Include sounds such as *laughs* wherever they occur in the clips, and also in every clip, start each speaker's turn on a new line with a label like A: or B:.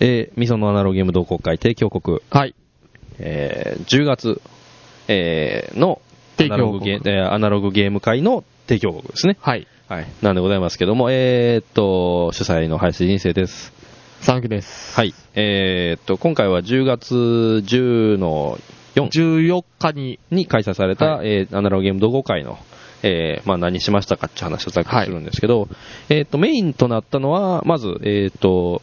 A: えー、みそのアナログゲーム同好会提供国、
B: はい。
A: えー、10月、えー、のア
B: 提
A: ナロ
B: 供
A: グ
B: 国
A: ゲー、えーアナログゲーム会の提供国ですね。
B: はい。
A: はい。なんでございますけども、えー、っと、主催の林人生です。
B: サンキューです。
A: はい。えー、っと、今回は10月10の4。
B: 14日に、
A: に開催された、
B: は
A: えーアナログゲーム同好会の、えーまあ、何しましたかって話をざっくりするんですけど、えー、とメインとなったのは、まず、えー、と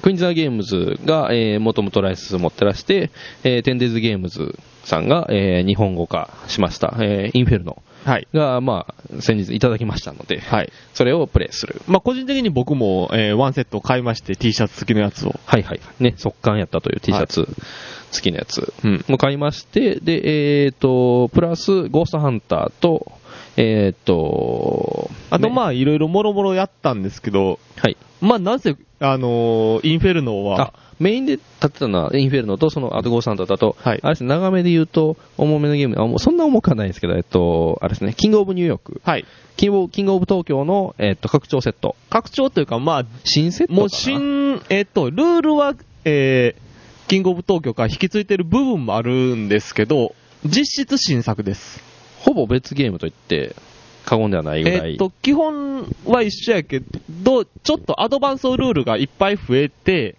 A: クイーンズ・ザ・ゲームズが、えー、もともとライセンスを持ってらして、えー、テンデイズ・ゲームズさんが、えー日本語化しました、えーインフェルノ
B: はい。
A: が、まあ、先日いただきましたので、
B: はい。
A: それをプレイする。
B: まあ、個人的に僕も、えーワンセット買いまして、T シャツ付きのやつを。
A: はいはい。ね、速乾やったという T シャツ付きのやつ
B: うん。
A: も買いまして、で、えっ、と、プラス、ゴーストハンターと、えっ、と、
B: あと、ま
A: あ、
B: あ、いろいろもろもろやったんですけど、
A: はい。
B: まあ、なんせ、あのーインフェルノ
A: あ
B: は、、
A: メインで立ってたのは、インフェルノと、その、あとゴーストハンターだと、
B: はい
A: あれですね、長めで言うと、重めのゲーム、あもうそんな重くはないんですけど、えっと、あれですね、キングオブニューヨーク、
B: はい。
A: キングオブキングオブ東京の、えっと、拡張セット、
B: 拡張というか、まあ、
A: 新セットかな
B: もう新、えっと、ルールは、えー、キングオブ東京から引き継いでる部分もあるんですけど、実質新作です。
A: ほぼ別ゲームと言って、過言ではないぐらい。
B: えっと、基本は一緒やけど、ちょっとアドバンスルールがいっぱい増えて、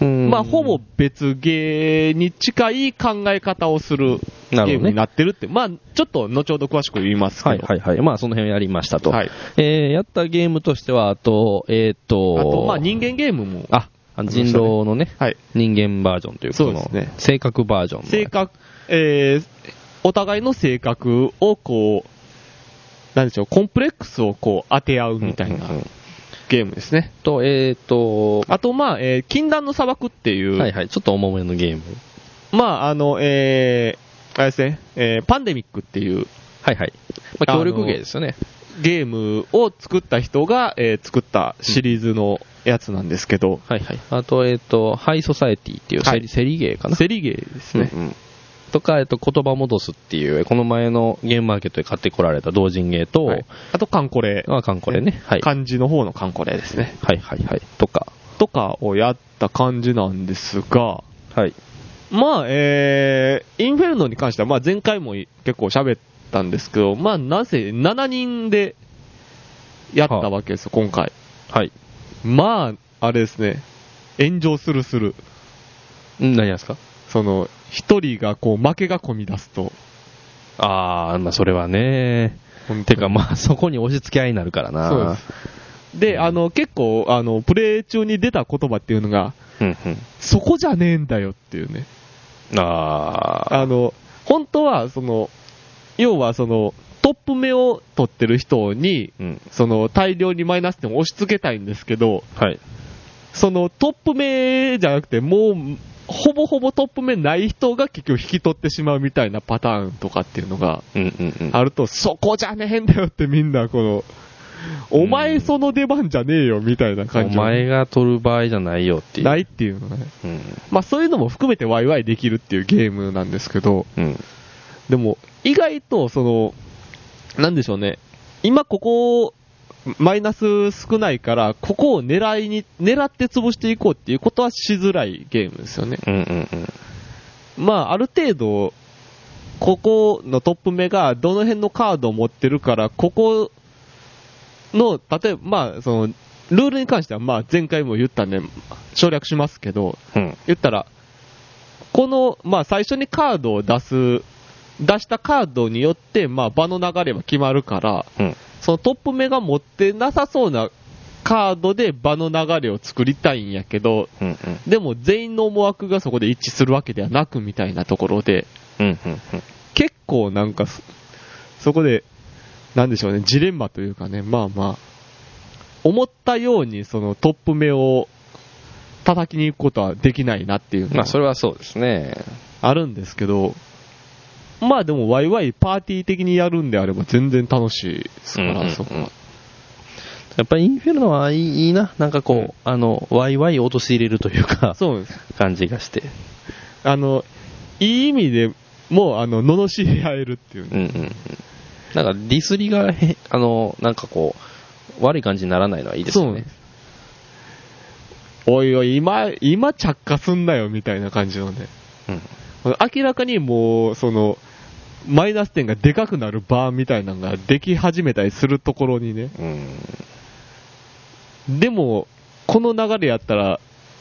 A: うん
B: まあ、ほぼ別ゲーに近い考え方をするゲ
A: なるほどね
B: ームになってるって、まあ、ちょっと後ほど詳しく言いますけど。
A: はいはいはい。まあ、その辺をやりましたと。
B: はい
A: えーやったゲームとしては、あと、えーっと、
B: あと、まあ、人間ゲームも。
A: あ、あの人狼のね、
B: はい。
A: 人間バージョンというか、
B: そうですね
A: この性格バージョンの。
B: 性格、えー、お互いの性格をこう、なんでしょう、コンプレックスをこう当て合うみたいな
A: うんうんうん
B: ゲームですね。
A: と、えーっと、
B: あと、まあ、えー、禁断の砂漠っていう、
A: はいはい、ちょっと重めのゲーム。
B: まあ、あの、えー、あれですね、えー、パンデミックっていう
A: はいはい。まあ、
B: あの
A: 協力ゲーですよね。
B: ゲームを作った人が、えー、作ったシリーズのやつなんですけど、
A: はいはい。あと、えーっと、ハイソサエティっていうセリ,、
B: はい
A: セリゲーかな。
B: セリゲーですね。
A: うんうんとか、えーっと、言葉戻すっていう、この前のゲームマーケットで買ってこられた同人ゲーと、
B: はいあと、カンコレ。
A: まあ、カンコレね。はい。
B: 漢字の方のカンコレですね。
A: はいはいはい。とか。
B: とかをやった感じなんですが、
A: はい。
B: まあ、えー、インフェルノに関しては、まあ、前回も結構喋ったんですけど、まあ、なぜ7人でやったわけですよ、今回。
A: はい。
B: まあ、あれですね、炎上するする。
A: ん何がですか
B: その、一人がこう、負けが込み出すと。
A: あー、まあそれはね。
B: 本当
A: て
B: に
A: かまあそこに押し付け合いになるからな。
B: そうです。で、あの、結構、あの、プレイ中に出た言葉っていうのが、
A: うんうん。
B: そこじゃねえんだよっていうね。
A: あー。
B: あの、本当は、その、要はその、トップ目を取ってる人に、
A: うん。
B: その、大量にマイナス点を押し付けたいんですけど、
A: はい。
B: その、トップ目じゃなくて、もう、ほぼほぼトップ目ない人が結局引き取ってしまうみたいなパターンとかっていうのが
A: うんうんうん。
B: あると、そこじゃねえんだよってみんな、この、お前その出番じゃねえよみたいな
A: お
B: 感じ。
A: 前が取る場合じゃないよっていう。
B: ないっていうのがね。
A: うん。
B: まあそういうのも含めてワイワイできるっていうゲームなんですけど、
A: うん。
B: でも、意外と、その、なんでしょうね。今ここ、マイナス少ないから、ここを狙いに、狙って潰していこうっていうことはしづらいゲームですよね。
A: うんうんうん。
B: まあ、ある程度、ここのトップ目がどの辺のカードを持ってるから、ここの、例えば、まあ、その、ルールに関しては、まあ、前回も言ったんで、省略しますけど、
A: うん。
B: 言ったら、この、まあ、最初にカードを出す、出したカードによって、まあ、場の流れは決まるから、
A: うん。
B: そのトップ目が持ってなさそうなカードで場の流れを作りたいんやけど、
A: うんうん。
B: でも全員の思惑がそこで一致するわけではなくみたいなところで、
A: うんうん
B: 結構なんかそ、そこで、なんでしょうね、ジレンマというかね、まあまあ、思ったようにそのトップ目を叩きに行くことはできないなっていう
A: うん。
B: の
A: まあ
B: は
A: それはそうですね。
B: あるんですけど、まあでもワイワイパーティー的にやるんであれば全然楽しいですか
A: うんうんう
B: ら、
A: ん
B: そこは。
A: やっぱりインフェルノはいいいいな。なんかこう、
B: うん
A: あの、ワイワイ落とし入れるというか、 *laughs*
B: そうです。
A: 感じがして。
B: あの、いい意味でもう、あの、罵り合えるっていう
A: う
B: ね。
A: んうんうん。なんかディスりがへ、あの、なんかこう、悪い感じにならないのはいいですよ
B: そう
A: ね
B: で。すおいおい、今、今着火すんなよ、みたいな感じのね。
A: うん。
B: 明らかにもう、その、マイナス点がでかくなるバーみたいなのができ始めたりするところにね。
A: うん。
B: でも、この流れやったら、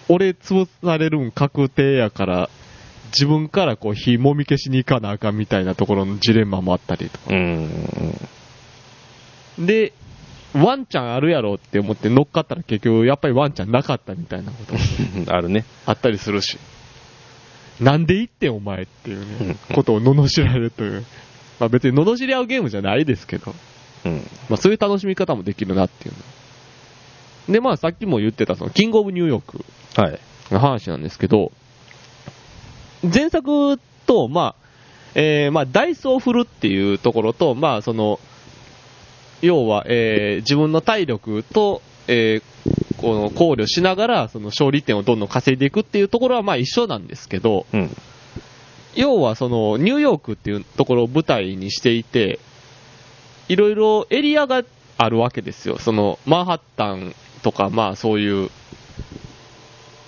B: 俺潰されるん確定やから、自分からこう火もみ消しに行かなあかんみたいなところのジレンマもあったりとか。
A: うん。
B: で、ワンチャンあるやろって思って乗っかったら結局やっぱりワンチャンなかったみたいなことも
A: あるね。
B: あったりするし。なんで行ってんお前っていう
A: うんうん
B: ね、ことを罵られるという。まあ別に罵り合うゲームじゃないですけど。
A: うん。
B: まあ、そういう楽しみ方もできるなっていうので、まあ、さっきも言ってた、その、キングオブニューヨーク
A: はい。
B: の話なんですけど、前作と、まあ、えーまあ、ダイスを振るっていうところと、まあ、その、要は、えー自分の体力と、えーこの考慮しながら、その勝利点をどんどん稼いでいくっていうところは、まあ、一緒なんですけど、
A: うん。
B: 要はそのニューヨークっていうところを舞台にしていて、いろいろエリアがあるわけですよ。そのマンハッタンとか、まあそういう、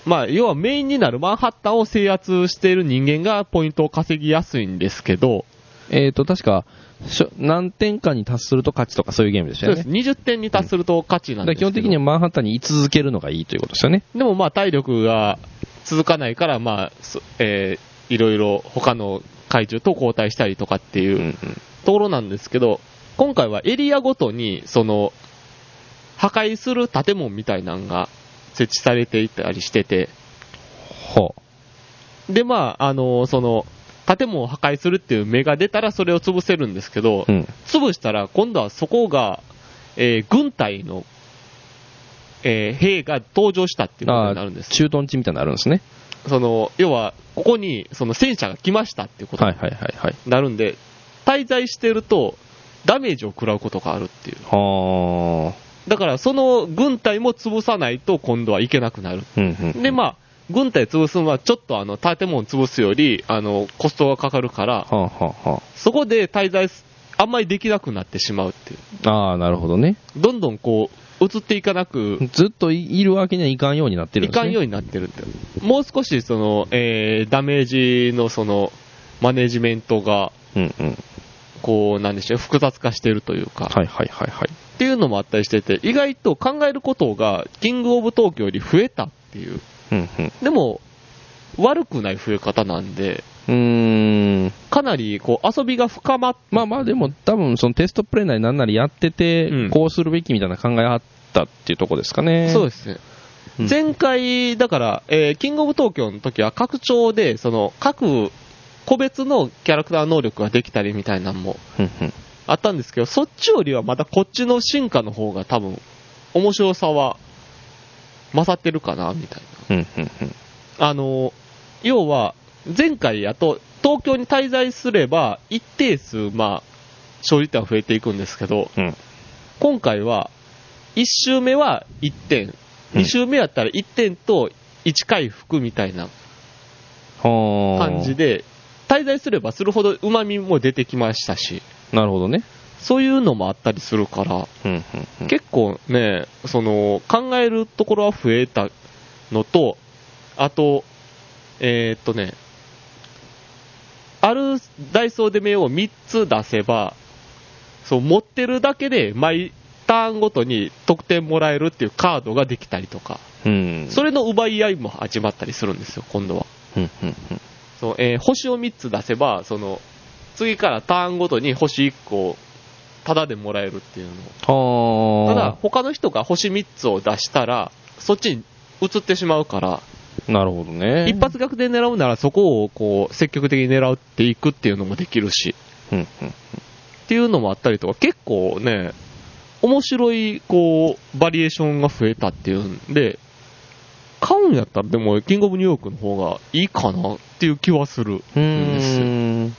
B: まあ要はメインになるマンハッタンを制圧している人間がポイントを稼ぎやすいんですけど、
A: えっ、と、確か、しょ何点かに達すると勝ちとかそういうゲームでした
B: そう
A: よ
B: です。
A: ね。
B: 20点に達すると勝ちな
A: だ
B: ん
A: か
B: で
A: ら基
B: すけど。
A: 本的にはマンハッタンに居続けるのがいいということですよね。
B: でもまあ体力が続かないから、まあ、そえーいろいろ他の怪獣と交代したりとかっていうう、
A: ん。
B: ところなんですけど、今回はエリアごとに、その、破壊する建物みたいなのが設置されていたりしてて、
A: ほ
B: で、まあ、あの、その、建物を破壊するっていう目が出たらそれを潰せるんですけど
A: う。う、ん。
B: 潰したら今度はそこが、えー軍隊の、えー兵が登場したっていうこと
A: あ
B: になるんです。
A: 駐屯地みたいなのあるんですね。
B: その、要は、ここに、その戦車が来ましたっていうこと
A: はい
B: に
A: はいはいはい。
B: なるんで、滞在してると、ダメージを食らうことがあるっていう。
A: は
B: だからその軍隊も潰さないと今度はいけなくなる。
A: あ。うんうん。
B: で、まあ、軍隊潰すのはちょっとあの建物潰すよりあのコストがかかるから、
A: はあはあは
B: そこで滞在すあんまりできなくなってしまうっていう。
A: あ。ああ、なるほどね。
B: どんどんこう、移っていかなく、
A: ずっといいるわけにはいかんようになってる
B: い
A: んです
B: か
A: ね。
B: んようになってるっていう。もう少しその、えーダメージのその、マネジメントが、
A: うんうん。
B: こう、なんでしょう、複雑化してるというか、
A: はいはいはいはい。
B: っていうのもあったりしてて、意外と考えることが、キングオブ東京より増えたっていう。
A: うんうん。
B: でも、悪くない増え方なんで、
A: うーん。
B: かなりこう遊びが深まっ
A: まあまあでも多分そのテストプレイなりなんなりやってて
B: うん、
A: こうするべきみたいな考えがあったっていうとこですかね。
B: そう
A: で
B: ですね。
A: うん
B: 前回、だから、えーキングオブ東京の時は拡張で、その、各、個別のキャラクター能力ができたりみたいなのも
A: す。うんうん。
B: あったんですけど、そっちよりはまたこっちの進化の方が多分、面白さは、勝ってるかな、みたいな。
A: うんうんうん。
B: あの、要は、前回やと、東京に滞在すれば、一定数、まあ、勝利点は増えていくんですけど、
A: うん
B: 今回は、1周目は1点、
A: うん
B: 2周目やったら1点と1回復みたいな
A: はあ。
B: 感じで、滞在すればするほど旨味も出てきましたし、
A: なるほどね。
B: そういうのもあったりするから、
A: うんうんうん。
B: 結構ね、その、考えるところは増えたのと、あと、えーっとね、あるダイソーで目を3つ出せば、そう、持ってるだけで毎ターンごとに得点もらえるっていうカードができたりとか、
A: うん。
B: それの奪い合いも始まったりするんですよ、今度は。
A: うんうんうん。
B: そう、えー星を3つ出せば、その、次からターンごとに星1個をタダでもらえるっていうのを
A: は
B: た
A: あ。
B: だ、他の人が星3つを出したら、そっちに移ってしまうから、
A: なるほどね。
B: 一発逆で狙うならそこをこう積極的に狙っていくっていうのもできるし、
A: うんうん。
B: っていうのもあったりとか、結構ね、面白いこうバリエーションが増えたっていうんで、買うんやったらでも、キングオブニューヨークの方がいいかなっていう気はする。
A: う
B: です
A: ーん。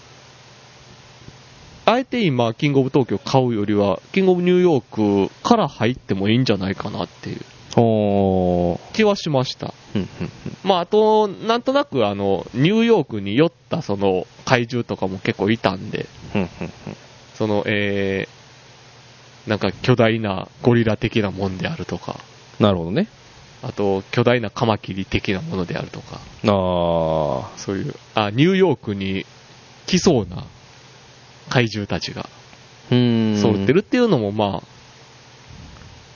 B: あえて今、キングオブ東京買うよりは、キングオブニューヨークから入ってもいいんじゃないかなっていう
A: ほ
B: 気はしました。
A: う。うんうん
B: まあ、あと、なんとなく、あの、ニューヨークに酔った、その、怪獣とかも結構いたんで、
A: うん。うんうん
B: その、えー、なんか巨大なゴリラ的なもんであるとか、
A: なるほどね。
B: あと、巨大なカマキリ的なものであるとか、
A: あ
B: そういう、あ、ニューヨークに来そうな怪獣たちが
A: ー。うーん。
B: 揃ってるっていうのも、まあ、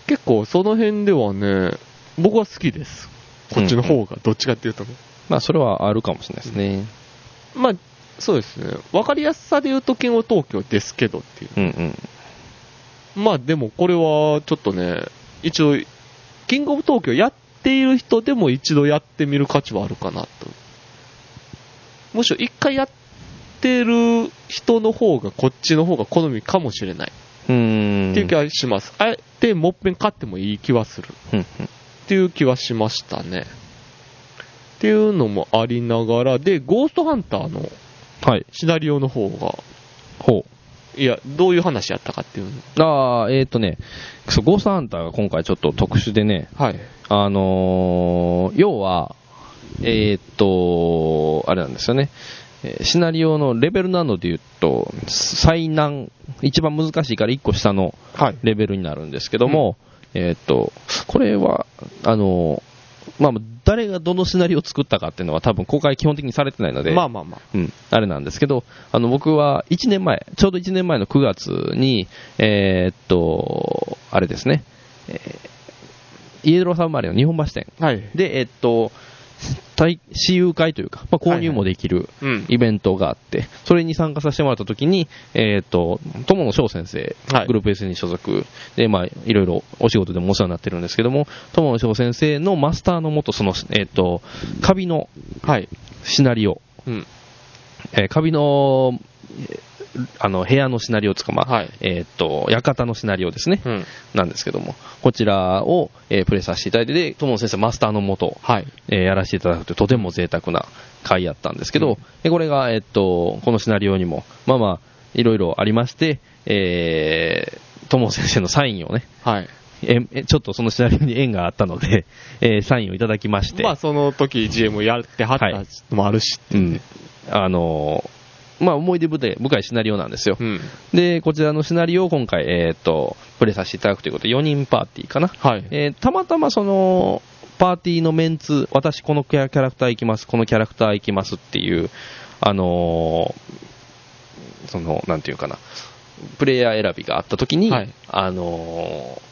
B: 結構その辺ではね、僕は好きです。こっちの方が、どっちかっていうとね。
A: まあ、それはあるかもしれないですね。
B: まあ、そうですね。わかりやすさで言うと、剣を東京ですけどっていう。
A: うんうん。
B: まあでもこれはちょっとね、一応、キングオブ東京やっている人でも一度やってみる価値はあるかなと。むしろ一回やってる人の方がこっちの方が好みかもしれない
A: うん。
B: っていう気はします。あえてもっぺん勝ってもいい気はする
A: うんうん
B: っていう気はしましたね。っていうのもありながら、で、ゴーストハンターの
A: はい。
B: シナリオの方が、
A: ほ
B: いや、どういう話やったかっていうの。
A: う。ああ、えっ、ー、とね、そうゴーストハンターが今回ちょっと特殊でね、
B: はい。
A: あのー要は、えーっと、あれなんですよね。えーシナリオのレベルなどで言うと、最難、一番難しいから1個下の
B: はい。
A: レベルになるんですけども、えーっと、これは、あのーまあ、誰がどのシナリオを作ったかっていうのは多分公開基本的にされてないので、
B: まあまあまあ。
A: うん、あれなんですけど、あの、僕は1年前、ちょうど1年前の9月に、えーっと、あれですね、えーイエローサブマリンの日本橋店
B: はい。
A: で、えーっと、対私有会というか、まあ、購入もできる
B: うん。
A: イベントがあって、それに参加させてもらった時に、えーっと、友野翔先生、
B: はい
A: グループ S に所属で、まあ、いろいろお仕事でもお世話になってるんですけども、友野翔先生のマスターのもと、その、えーっと、カビの
B: はい。
A: シナリオ、
B: うん。
A: えーカビの、えーあの、部屋のシナリオつかまあ、
B: はい
A: えーっと、館のシナリオですね。
B: うん。
A: なんですけども、こちらを、えープレイさせていただいて、で、友野先生マスターのもと、
B: はい。
A: えーやらせていただくというとても贅沢な回やったんですけど、
B: うん
A: でこれが、えーっと、このシナリオにも、まあまあ、いろいろありまして、えー、友野先生のサインをね、
B: はい。
A: ええちょっとそのシナリオに縁があったので、えーサインをいただきまして、
B: まあ、その時 GM やってはったのもあるし。
A: うん、あのーまあ、思い出深い深いシナリオなんですよ。
B: うん。
A: で、こちらのシナリオを今回、えっ、と、プレイさせていただくということで、4人パーティーかな。
B: はい。
A: えーたまたまその、パーティーのメンツ、私このキャラキャラクター行きます、このキャラクター行きますっていう、あのーその、なんていうかな、プレイヤー選びがあった時に、
B: はい
A: あのー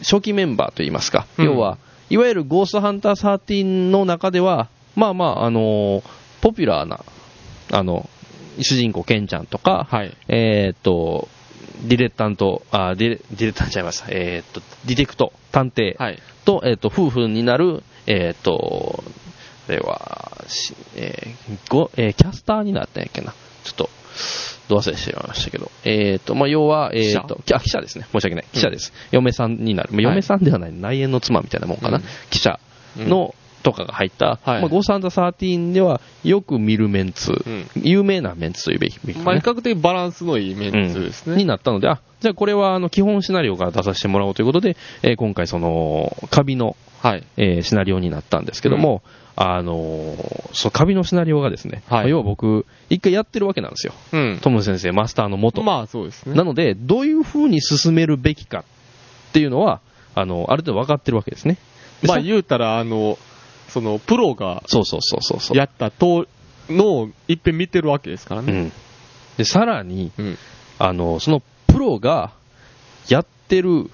A: 初期メンバーといいますか、
B: うん
A: 要は、いわゆるゴーストハンター13の中では、まあまあ、あのーポピュラーな、あの、主人公ケンちゃんとか、
B: はい。
A: えーっと、ディレッタント、あディレ、ディレッタントちゃいました。えーっと、ディテクト、探偵
B: はい。
A: と、えーっと、夫婦になる、えーっと、これは、しえーご、えーキャスターになったんやっけな。ちょっと、どう忘れしてしまいましたけど。えーっと、まあ、要は、えーっと、記者記者ですね。申し訳ない。記者です。嫁さんになる。まあ
B: はい
A: 嫁さんではない、内縁の妻みたいなもんかな。
B: うん
A: 記者の、とかが入った、
B: はい
A: まあ、ゴーサンザ13ではよく見るメンツ、
B: うん
A: 有名なメンツというべきべきか
B: まあ、
A: ね
B: 比較的バランスのいいメンツです
A: に
B: ね。
A: なったので、あ、じゃあこれはあの基本シナリオから出させてもらおうということで、えー今回その、カビの、
B: はい。
A: えーシナリオになったんですけども、あのーそう、カビのシナリオがですね、
B: はい
A: まあ要は僕、一回やってるわけなんですよ。
B: うん。
A: トム先生、マスターの元。
B: まあ、そうですね
A: な。ので、どういう風に進めるべきかっていうのは、あの、ある程度分かってるわけですね。で
B: まあ、
A: さ
B: 言うたら、あの、その、プロが
A: そうそうそうそうそう。
B: やったとのを一遍見てるわけですから
A: う
B: ね。
A: ん。で、さらに、
B: うん。
A: あの、そのプロがやってる、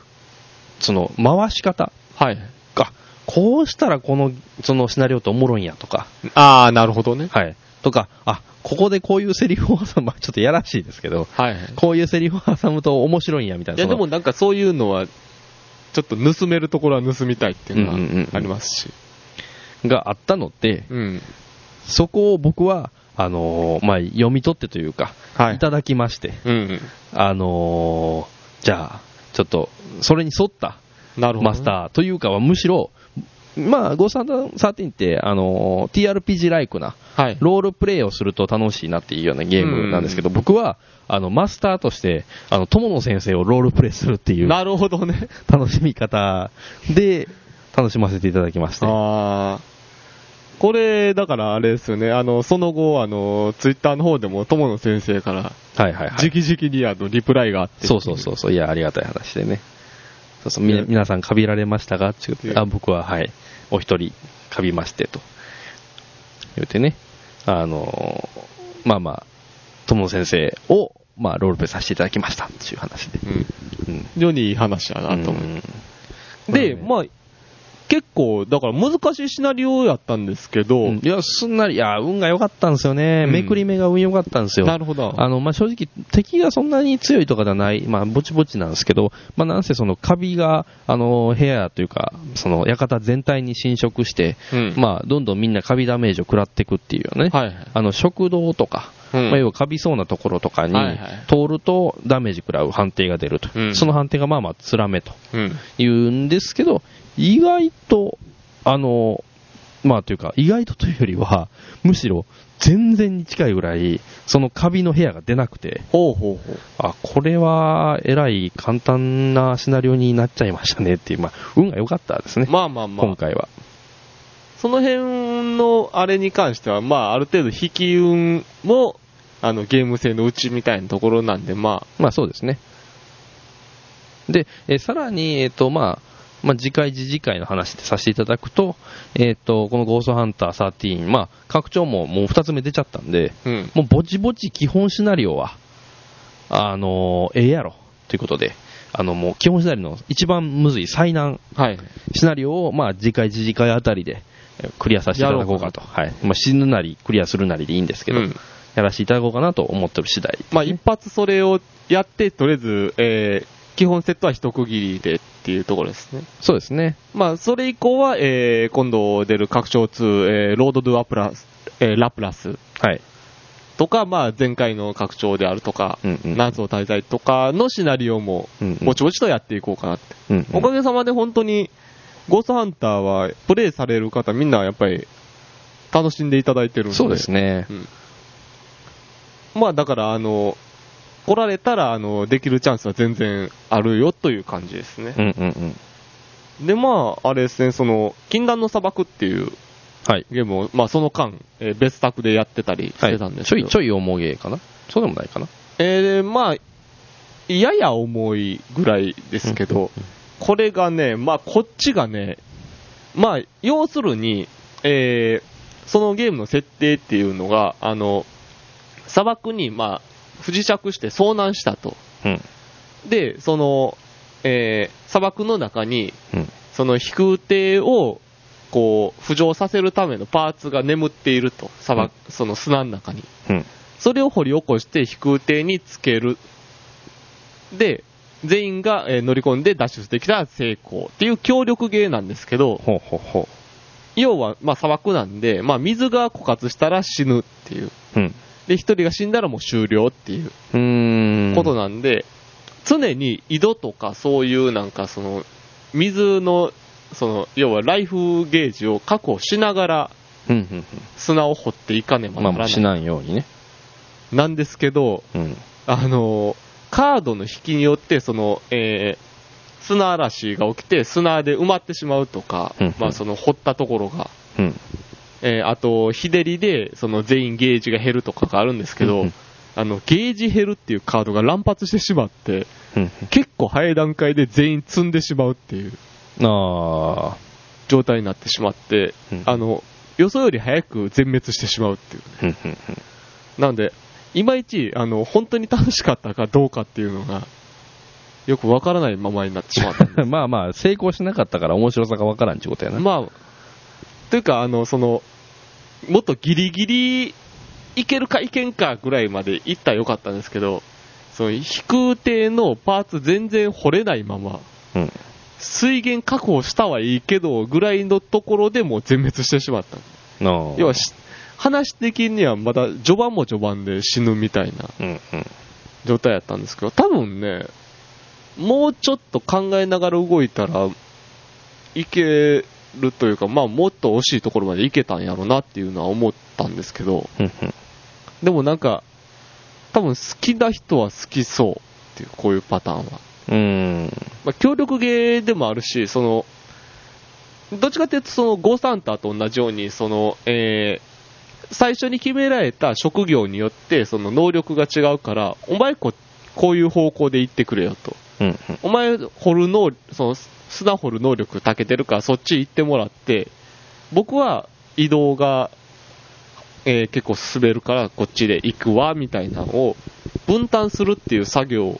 A: その、回し方。
B: はい。
A: あこうしたらこのそのシナリオっておもろいんやとか、
B: ああ、なるほどね。
A: はい、とか、あここでこういうセリフを挟む、まあ *laughs* ちょっとやらしいですけど、
B: はい。
A: こういうセリフを挟むと面白いんやみたい
B: い
A: な。
B: や、で
A: その
B: も、なんかそういうのは、ちょっと盗めるところは盗みたいっていう
A: うんうんう
B: の
A: ん
B: はありますし。
A: があったので、
B: うん。
A: そこを僕は、あのーまあ、読み取ってというか、
B: はい
A: い、ただきまして、
B: うん。
A: あのーじゃあ、ちょっと、それに沿った
B: なるほどね。
A: マスターというかは、むしろ、まあ、5313って、あのー TRPG ライクな、
B: ー。はい。
A: ロールプレイをすると楽しいなっていうようなゲームなんですけど、僕は、あの、マスターとして、あの、友野先生をロールプレイするっていう
B: なるほ
A: *laughs*
B: どね。
A: 楽しみ方で、楽しませていただきまして。
B: ああ。これ、だからあれですよね。あの、その後、あの、ツイッターの方でも、友野先生から、
A: はいはいはい。
B: 直々にあの、リプライがあって。
A: そうそうそうそう、いや、ありがたい話でね。そうそうみ皆さん、かびられましたかって言うとあ僕は、はい、お一人、かびましてと。言うてね、あのーまあまあ、友野先生を、まあ、ロールプレイさせていただきましたっていう話で。
B: うん。
A: うん。
B: 非常にいい話やなと思う。
A: うん
B: で、
A: うん
B: まあ、結構、だから難しいシナリオやったんですけど、
A: うんいや、すんなり、いや、運が良かったんですよね。
B: うん
A: めくり目が運良かったんですよ。
B: なるほど。
A: あの、まあ、正直、敵がそんなに強いとかじゃない、まあ、ぼちぼちなんですけど、まあ、なんせそのカビが、あの、部屋というか、その館全体に侵食して、
B: うん
A: まあ、どんどんみんなカビダメージを食らっていくっていうよね。
B: はいはい。
A: あの、食堂とか、
B: うん
A: まあ、要はカビそうなところとかに
B: はいはい
A: 通るとダメージ食らう判定が出ると。
B: うん
A: その判定がまあまあ、つらめと。
B: うん。
A: 言うんですけど、意外と、あの、まあというか、意外とというよりは、むしろ全然に近いぐらい、そのカビの部屋が出なくて、
B: ほうほうほう。
A: あ、これは、えらい簡単なシナリオになっちゃいましたねっていう、まあ、運が良かったですね、
B: まあまあま
A: 今
B: あ、
A: 回は。
B: その辺のあれに関しては、まあ、ある程度引き運も、あの、ゲーム性のうちみたいなところなんで、ま
A: まあそうですね。で、えーさらに、えっ、と、まあ、まあ、次回、次次回の話でさせていただくと、えっ、と、このゴーストハンター13、まあ、拡張ももう2つ目出ちゃったんで、
B: あ、うん。
A: もうぼちぼち基本シナリオは、あのええやろ、ということで、あの、もう基本シナリオの一番むずい最難
B: はい。
A: シナリオを、まあ、次回、次々回あたりで、えクリアさせていただこうかと。はい。まあ、死ぬなり、クリアするなりでいいんですけど、
B: うん
A: やらせていただこうかなと思ってる次第。
B: まあ、一発それをやって、とりあえず、えー、基本セットは一区切りでっていうところですね。
A: そうですね。
B: まあ、それ以降は、えー、今度出る拡張2、えー、ロード・ドゥ・アプラス、えー、ラプラス
A: はい。
B: とか、まあ、前回の拡張であるとか、
A: うんうん
B: 謎を滞在とかのシナリオも
A: うん、うん
B: ぼちぼちとやっていこうかなって。
A: うんうん
B: おかげさまで本当に、ゴーストハンターは、プレイされる方みんなやっぱり、楽しんでいただいてるんで。
A: そうですね。
B: うん。まあ、だから、あの、来られたら、あの、できるチャンスは全然あるよという感じですね。
A: うんうんうん。
B: で、まあ、あれですね、その、禁断の砂漠っていう
A: はい。
B: ゲームを、まあ、その間、えー別宅でやってたりし
A: は
B: て
A: い。
B: たんです
A: ち
B: け
A: ょ
B: ど、
A: いちょい重げかなそうでもないかな
B: えーまあ、やや重いぐらいですけど、これがね、まあ、こっちがね、まあ、要するに、えーそのゲームの設定っていうのが、あの、砂漠に、まあ、不時着して遭難したと。
A: うん。
B: で、その、えー砂漠の中に、
A: うん。
B: その飛空艇を、こう、浮上させるためのパーツが眠っていると。砂漠、その砂の中に。
A: うん。
B: それを掘り起こして飛空艇につける。で、全員がえー乗り込んで脱出できたら成功っていう協力芸なんですけど、
A: ほうほうほ
B: 要はまあ砂漠なんで、まあ水が枯渇したら死ぬっていう。
A: う。うん。
B: で、一人が死んだらもう終了っていう
A: うーん。
B: ことなんで、常に井戸とかそういうなんかその、水の、その、要はライフゲージを確保しながら
A: うんうんうん。
B: 砂を掘っていかねば
A: ま
B: な
A: あ
B: ら
A: まあ、
B: な
A: し
B: い。
A: ないようにね。
B: なんですけど、
A: うん。
B: あのーカードの引きによって、その、えー砂嵐が起きて砂で埋まってしまうとか
A: うんうん、
B: まあその掘ったところが、
A: うん。
B: えーあと、日照りで、その全員ゲージが減るとかがあるんですけ
A: うんう
B: ど
A: ん、
B: あの、ゲージ減るっていうカードが乱発してしまって、
A: うん。
B: 結構早い段階で全員積んでしまうっていう
A: ああ。
B: 状態になってしまって
A: うん、
B: あの、予想より早く全滅してしまうっていうね。
A: うんうんうん
B: なんで、いまいち、あの、本当に楽しかったかどうかっていうのが、よくわからないままになってしまったん
A: *laughs*
B: で
A: まあまあ、成功しなかったから面白さがわからんちゅうことやな。
B: まあ、というか、あの、その、もっとギリギリ、いけるかいけんかぐらいまで行ったらよかったんですけど、その、飛空艇のパーツ全然掘れないまま、
A: うん。
B: 水源確保したはいいけど、ぐらいのところでもう全滅してしまっ
A: あ
B: た。
A: あ
B: 要はし、話的にはまだ序盤も序盤で死ぬみたいな
A: うんうん。
B: 状態やったんですけど、多分ね、もうちょっと考えながら動いたらいけるというか、まあもっと惜しいところまでいけたんやろうなっていうのは思ったんですけど、
A: うんうん。
B: でもなんか、多分好きな人は好きそうっていう、こういうパターンは。
A: うーん。
B: まあ協力ゲーでもあるし、その、どっちかっていうとそのゴーサンターと同じように、その、えー最初に決められた職業によってその能力が違うから、お前ここういう方向で行ってくれよと。
A: ううんうん。
B: お前掘る能その砂掘る能力たけてるからそっち行ってもらって僕は移動が、えー結構進めるからこっちで行くわみたいなのを分担するっていう作業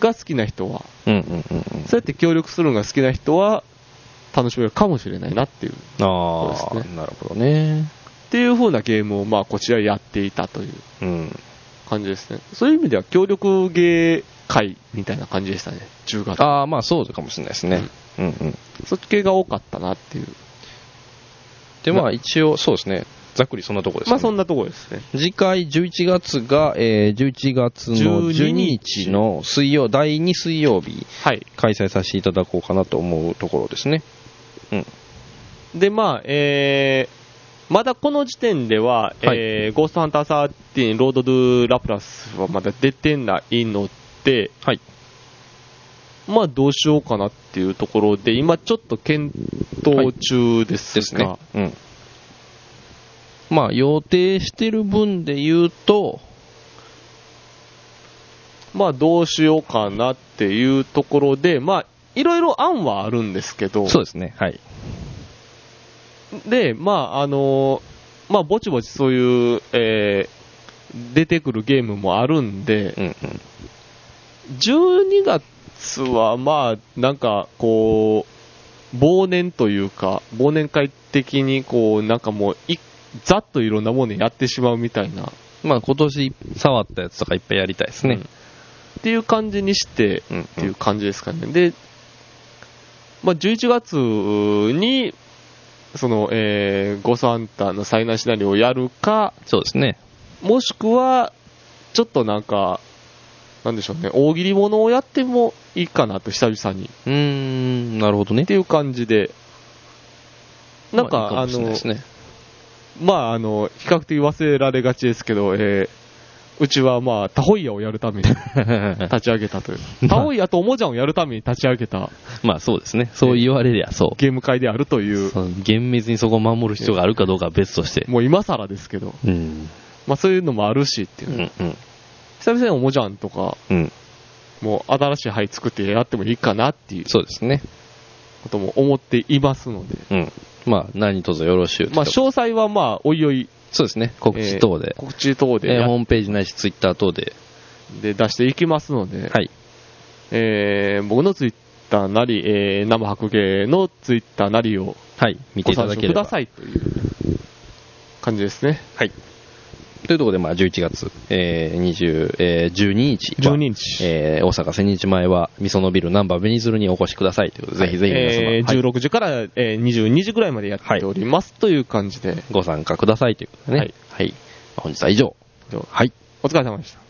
B: が好きな人は
A: うんうんうんうん。
B: そうやって協力するのが好きな人は楽しめるかもしれないなっていうっ
A: あ
B: そ
A: あ、
B: うですね
A: なるほどね。
B: ていう風なゲームをまあこちらやっていたという
A: うん。
B: 感じですねそういう意味では協力ゲー会みたいな感じでしたね10月
A: ああ、まあそうかもしれないですね。うんうん。
B: そっち系が多かったなっていう
A: で、まあ一応、そうですね。ざっくりそんなとこですね。
B: まあそんなところですね
A: 次回11月が、えー11月の12
B: 12
A: 日の水曜、第2水曜日、
B: はい
A: 開催させていただこうかなと思うところですね。うん。
B: で、まあ、えー、まだこの時点では、
A: はい
B: えー、ゴーストハンター13、ロード・ドゥ・ラプラスはまだ出てないので、
A: はい。
B: まあ、どうしようかなっていうところで、今ちょっと検討中です
A: です
B: が、
A: ね。うん。まあ予定してる分で言うと、
B: まあ、どうしようかなっていうところで、まあ、いろいろ案はあるんですけど、
A: そうですね。はい。
B: で、まあ、あのーまあ、ぼちぼちそういう、えー、出てくるゲームもあるんで、
A: うんうん。
B: 12月はまあなんかこう忘年というか忘年会的にこうなんかもういざっといろんなものやってしまうみたいなっ
A: まあ今年触ったやつとかいっぱいやりたいですね。
B: ていう感じにして
A: うん、
B: っていう感じですかねで、まあ、11月にその、えー、ゴサンタの災難シナリオをやるか
A: そうですね。
B: もしくはちょっとなんかなんでしょうね大喜利ものをやってもいいかなと久々に
A: うーん、なるほどね
B: っ。ていう感じで、なんか、
A: まい
B: あ、
A: いもしれないです
B: の、
A: ね。
B: まあ、あの、比較的忘れられがちですけど、えーうちはまあ、タホイヤをやる
A: *laughs*
B: ために立ち上げたという。タホイヤとおもちゃをやるために立ち上げた
A: まあそうですね。そう言われりゃそう。
B: ゲーム会であるという、
A: その厳密にそこを守る必要があるかどうかは別として。
B: もう今更ですけど、
A: うん。
B: まあそういうのもあるしっていうう。
A: んうん。
B: 久々におもちゃんとか、
A: うん。
B: もう新しい牌作ってやってもいいかなっていう
A: そうですね。
B: ことも思っていますので、
A: うん。まあ何卒よろしゅう。
B: まあ詳細はまあ、おいおい、
A: そうですね。告知等で。
B: 告知等で
A: えー
B: や
A: ホームページないしツイッター等で。
B: で出していきますので、
A: はい。
B: えー僕のツイッターなり、えー生白芸のツイッターなりを
A: はい。見て
B: ご
A: いた
B: 参
A: だ
B: 照
A: け
B: く
A: れば。
B: ださいという感じですね。
A: はい。というところで、まあ11月、えー、20、えー、12日は。
B: 12日
A: えー大阪千日前は、みそのビルナンバーベニズルにお越しくださいということで、ぜひぜひ皆様、
B: えー
A: はい
B: 16時から、えー22時ぐらいまでやっております、という感じで、
A: ご参加くださいということでね。
B: は
A: はいい。本日は以上。はい。
B: お疲れ様でした。